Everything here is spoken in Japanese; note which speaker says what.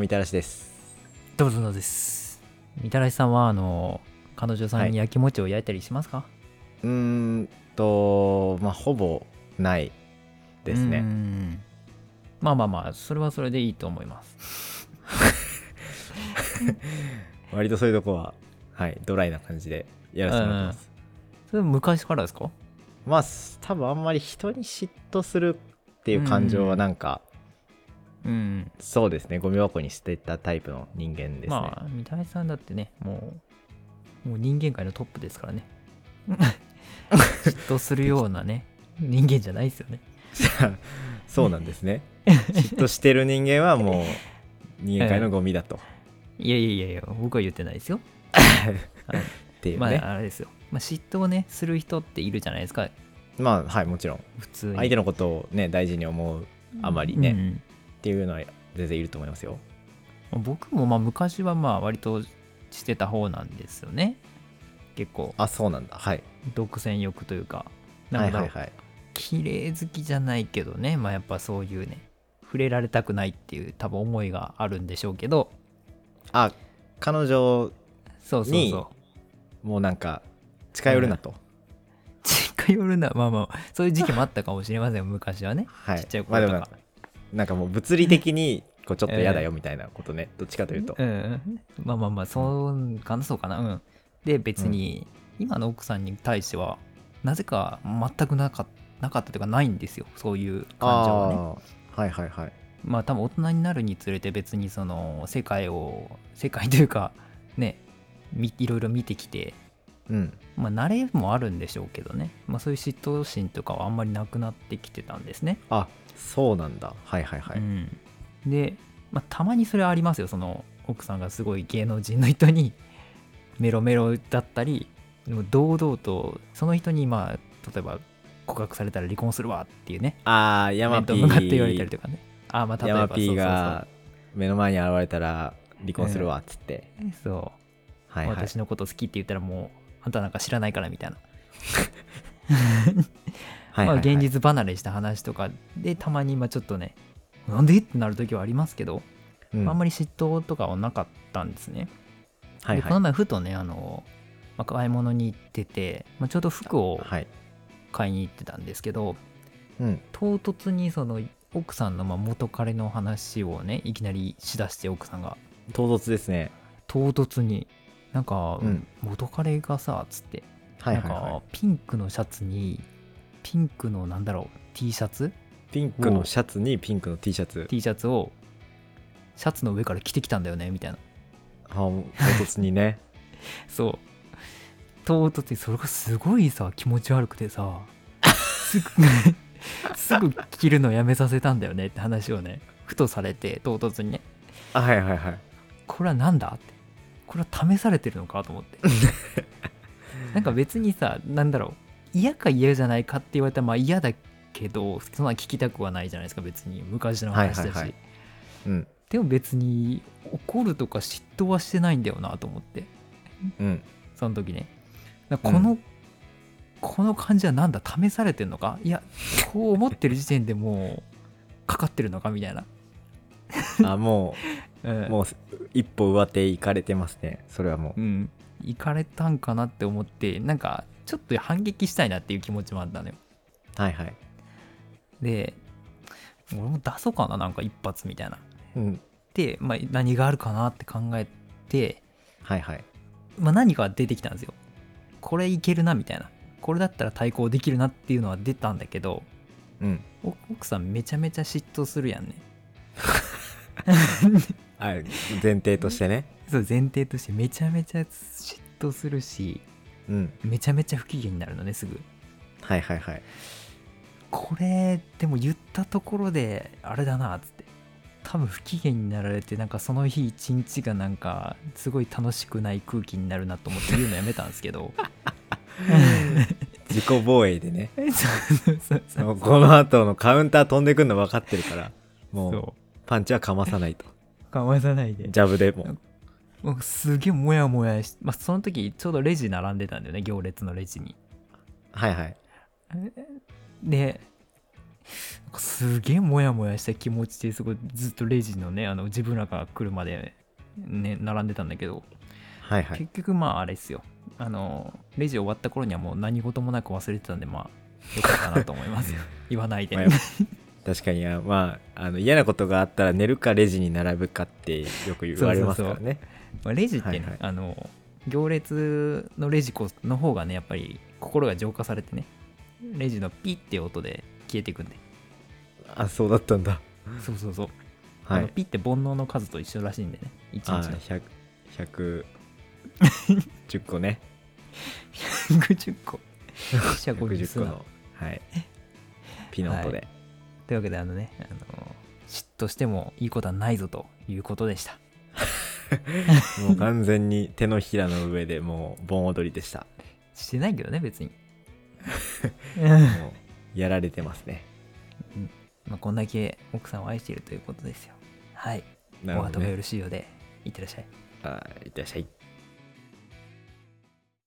Speaker 1: みたらしです
Speaker 2: どうぞどうぞですみたらしさんはあの彼女さんに焼きもちを焼いたりしますか、
Speaker 1: うーんとまあほぼないです
Speaker 2: う
Speaker 1: ね
Speaker 2: んまあまあまあそれはそれでいいと思います
Speaker 1: 割とそういうとこははいドライな感じでやらせてもらってます
Speaker 2: それ昔からですか
Speaker 1: まあす多分あんまり人に嫉妬するっていう感情はなんか
Speaker 2: うん
Speaker 1: そうですねゴミ箱に捨てたタイプの人間ですね、
Speaker 2: まあ三谷さんだってねもうもう人間界のトップです からね嫉妬するようなね人間じゃないですよね
Speaker 1: そうなんです ね嫉妬してる人間はもう人間界のゴミだと、
Speaker 2: いやいやいやいや僕は言ってないですよ
Speaker 1: っていう
Speaker 2: ま
Speaker 1: ね、
Speaker 2: ああれですよ、まあ、嫉妬をねする人っているじゃないですか
Speaker 1: まあはいもちろん
Speaker 2: 普通に
Speaker 1: 相手のことをね大事に思うあまりね、っ
Speaker 2: うん
Speaker 1: ていうのは全然いると思いますよ
Speaker 2: 僕もまあ昔はまあ割としてた方なんですよね結構
Speaker 1: あそうなんだはい
Speaker 2: 独占欲というかな
Speaker 1: は
Speaker 2: ん
Speaker 1: い
Speaker 2: だ
Speaker 1: は
Speaker 2: ろ
Speaker 1: いうはい
Speaker 2: 綺麗好きじゃないけどねまあやっぱそういうね触れられたくないっていう多分思いがあるんでしょうけど
Speaker 1: あ彼女
Speaker 2: そうそう
Speaker 1: に
Speaker 2: そう
Speaker 1: もうなんか近寄るなと、
Speaker 2: 近寄るなまあまあそういう時期もあったかもしれませんよ昔はね
Speaker 1: はい
Speaker 2: ちっちゃい頃と
Speaker 1: まあ
Speaker 2: か
Speaker 1: でもなんかもう物理的にこうちょっと嫌だよみたいなことね、どっちかというと、
Speaker 2: うんうんまあまあまあそうかなそうかなうんで別に今の奥さんに対してはなぜか全くなかなかったというかないんですよそういう感情はね
Speaker 1: ああはいはいはい
Speaker 2: まあ多分大人になるにつれて別にその世界を世界というか ねみいろいろ見てきて
Speaker 1: うん
Speaker 2: まあ慣れもあるんでしょうけどね、まあ、そういう嫉妬心とかはあんまりなくなってきてたんですね、
Speaker 1: あそうなんだはいはいはい、
Speaker 2: うんで、まあ、たまにそれはありますよその奥さんがすごい芸能人の人に メロメロだったりでも堂々とその人にまあ例えば告白されたら離婚するわっていうね
Speaker 1: ああ山
Speaker 2: 面と
Speaker 1: P
Speaker 2: 向かって言われたりとかねああまあ例えば
Speaker 1: 山 P
Speaker 2: が
Speaker 1: が目の前に現れたら離婚するわっつって、
Speaker 2: そうそうそう
Speaker 1: はいはい
Speaker 2: 私のこと好きって言ったらもうあんたなんか知らないからみたいな、
Speaker 1: はいはいはい
Speaker 2: まあ、現実離れした話とかでたまにまあちょっとねなんでってなる時はありますけど、
Speaker 1: うん
Speaker 2: あんまり嫉妬とかはなかったんですね、
Speaker 1: はい
Speaker 2: でこの
Speaker 1: は
Speaker 2: 前ふとねあの、まあ買い物に行ってて、まあ、ちょうど服
Speaker 1: い
Speaker 2: を
Speaker 1: はい
Speaker 2: 買いに行ってたんですけど、
Speaker 1: うん
Speaker 2: 唐突にその奥さんのまあ元彼の話をねいきなりしだして奥さんが
Speaker 1: 唐突ですね
Speaker 2: 唐突になんか、
Speaker 1: うん
Speaker 2: 元彼がさつって
Speaker 1: はいはい
Speaker 2: なん
Speaker 1: は
Speaker 2: かピンクのシャツにピンクのなんだろう T シャツ
Speaker 1: いピンクのシャツにピンクの T シャツ
Speaker 2: T シャツをシャツの上から着てきたんだよねみたいな
Speaker 1: あ唐突にね
Speaker 2: そう唐突にそれがすごいさ気持ち悪くてさすぐすぐ 着るのやめさせたんだよねって話をねふとされて唐突にね
Speaker 1: あはいはいはい
Speaker 2: これは何だってこれは試されてるのか と思ってなんか別にさなんだろう嫌か嫌じゃないかって言われたらまあ嫌だけどそんな聞きたくはないじゃないですか別に昔の話だ
Speaker 1: は
Speaker 2: し、
Speaker 1: いはいはいうん
Speaker 2: でも別に怒るとか嫉妬はしてないんだよなと思って
Speaker 1: うん
Speaker 2: その時ねだからこの、この感じはなんだ試されてんのかいやこう思ってる時点でもうかかってるのかみたいな、
Speaker 1: あも
Speaker 2: う ん
Speaker 1: うもう一歩上手行かれてますねそれはもう
Speaker 2: うん、行かれたんかなって思ってなんかちょっと反撃したいなっていう気持ちもあったのよ
Speaker 1: はいはい
Speaker 2: で俺も出そうかななんか一発みたいな
Speaker 1: うん
Speaker 2: で、まあ、何があるかなって考えて、
Speaker 1: はいはい
Speaker 2: まあ、何か出てきたんですよこれいけるなみたいなこれだったら対抗できるなっていうのは出たんだけど
Speaker 1: うん
Speaker 2: お奥さんめちゃめちゃ嫉妬するやんね
Speaker 1: あ前提としてね
Speaker 2: そう前提としてめちゃめちゃ嫉妬するし
Speaker 1: うん
Speaker 2: めちゃめちゃ不機嫌になるのねすぐ
Speaker 1: はいはいはい
Speaker 2: これでも言ったところであれだなっつって多分不機嫌になられてなんかその日一日がなんかすごい楽しくない空気になるなと思って言うのやめたんですけど
Speaker 1: 自己防衛でね
Speaker 2: そうそうそうそう
Speaker 1: もうこの後のカウンター飛んでくるの分かってるからもう
Speaker 2: そ
Speaker 1: パンチはかまさないと
Speaker 2: うかわさないで
Speaker 1: ジャブでも
Speaker 2: もうすげえモヤモヤし、まあ、その時ちょうどレジ並んでたんだよね行列のレジに
Speaker 1: はいはい
Speaker 2: でなんかすげえモヤモヤした気持ちですごいずっとレジのねあの自分らが来るまで、ね、並んでたんだけど、
Speaker 1: はいはい
Speaker 2: 結局まああれですよあのレジ終わった頃にはもう何事もなく忘れてたんでまあよかったなと思い ますよ言わないで、
Speaker 1: まあやっぱ確かにあまああの嫌なことがあったら寝るかレジに並ぶかってよく言われますからね
Speaker 2: まあレジってね、
Speaker 1: はいはい
Speaker 2: あの行列のレジこの方がねやっぱり心が浄化されてねレジのピッて音で消えていくんで
Speaker 1: あそうだったんだ
Speaker 2: そうそうそう、
Speaker 1: は
Speaker 2: あの
Speaker 1: い
Speaker 2: ピッて煩悩の数と一緒らしいんでね一
Speaker 1: あ
Speaker 2: 日の
Speaker 1: 1 0 0個 ね
Speaker 2: 110個 四捨五入
Speaker 1: 110
Speaker 2: す
Speaker 1: 個
Speaker 2: な
Speaker 1: のはいピノットで
Speaker 2: というわけであのねあの嫉妬してもいいことはないぞということでした
Speaker 1: もう完全に手のひらの上でもう盆踊りでした
Speaker 2: してないけど ね別に
Speaker 1: もうやられてます ね
Speaker 2: まあこんだけ奥さんを愛しているということですよはい
Speaker 1: な
Speaker 2: お
Speaker 1: るほ
Speaker 2: 後
Speaker 1: ど
Speaker 2: が
Speaker 1: ね
Speaker 2: よろしいようでいってらっしゃい
Speaker 1: あいってらっしゃい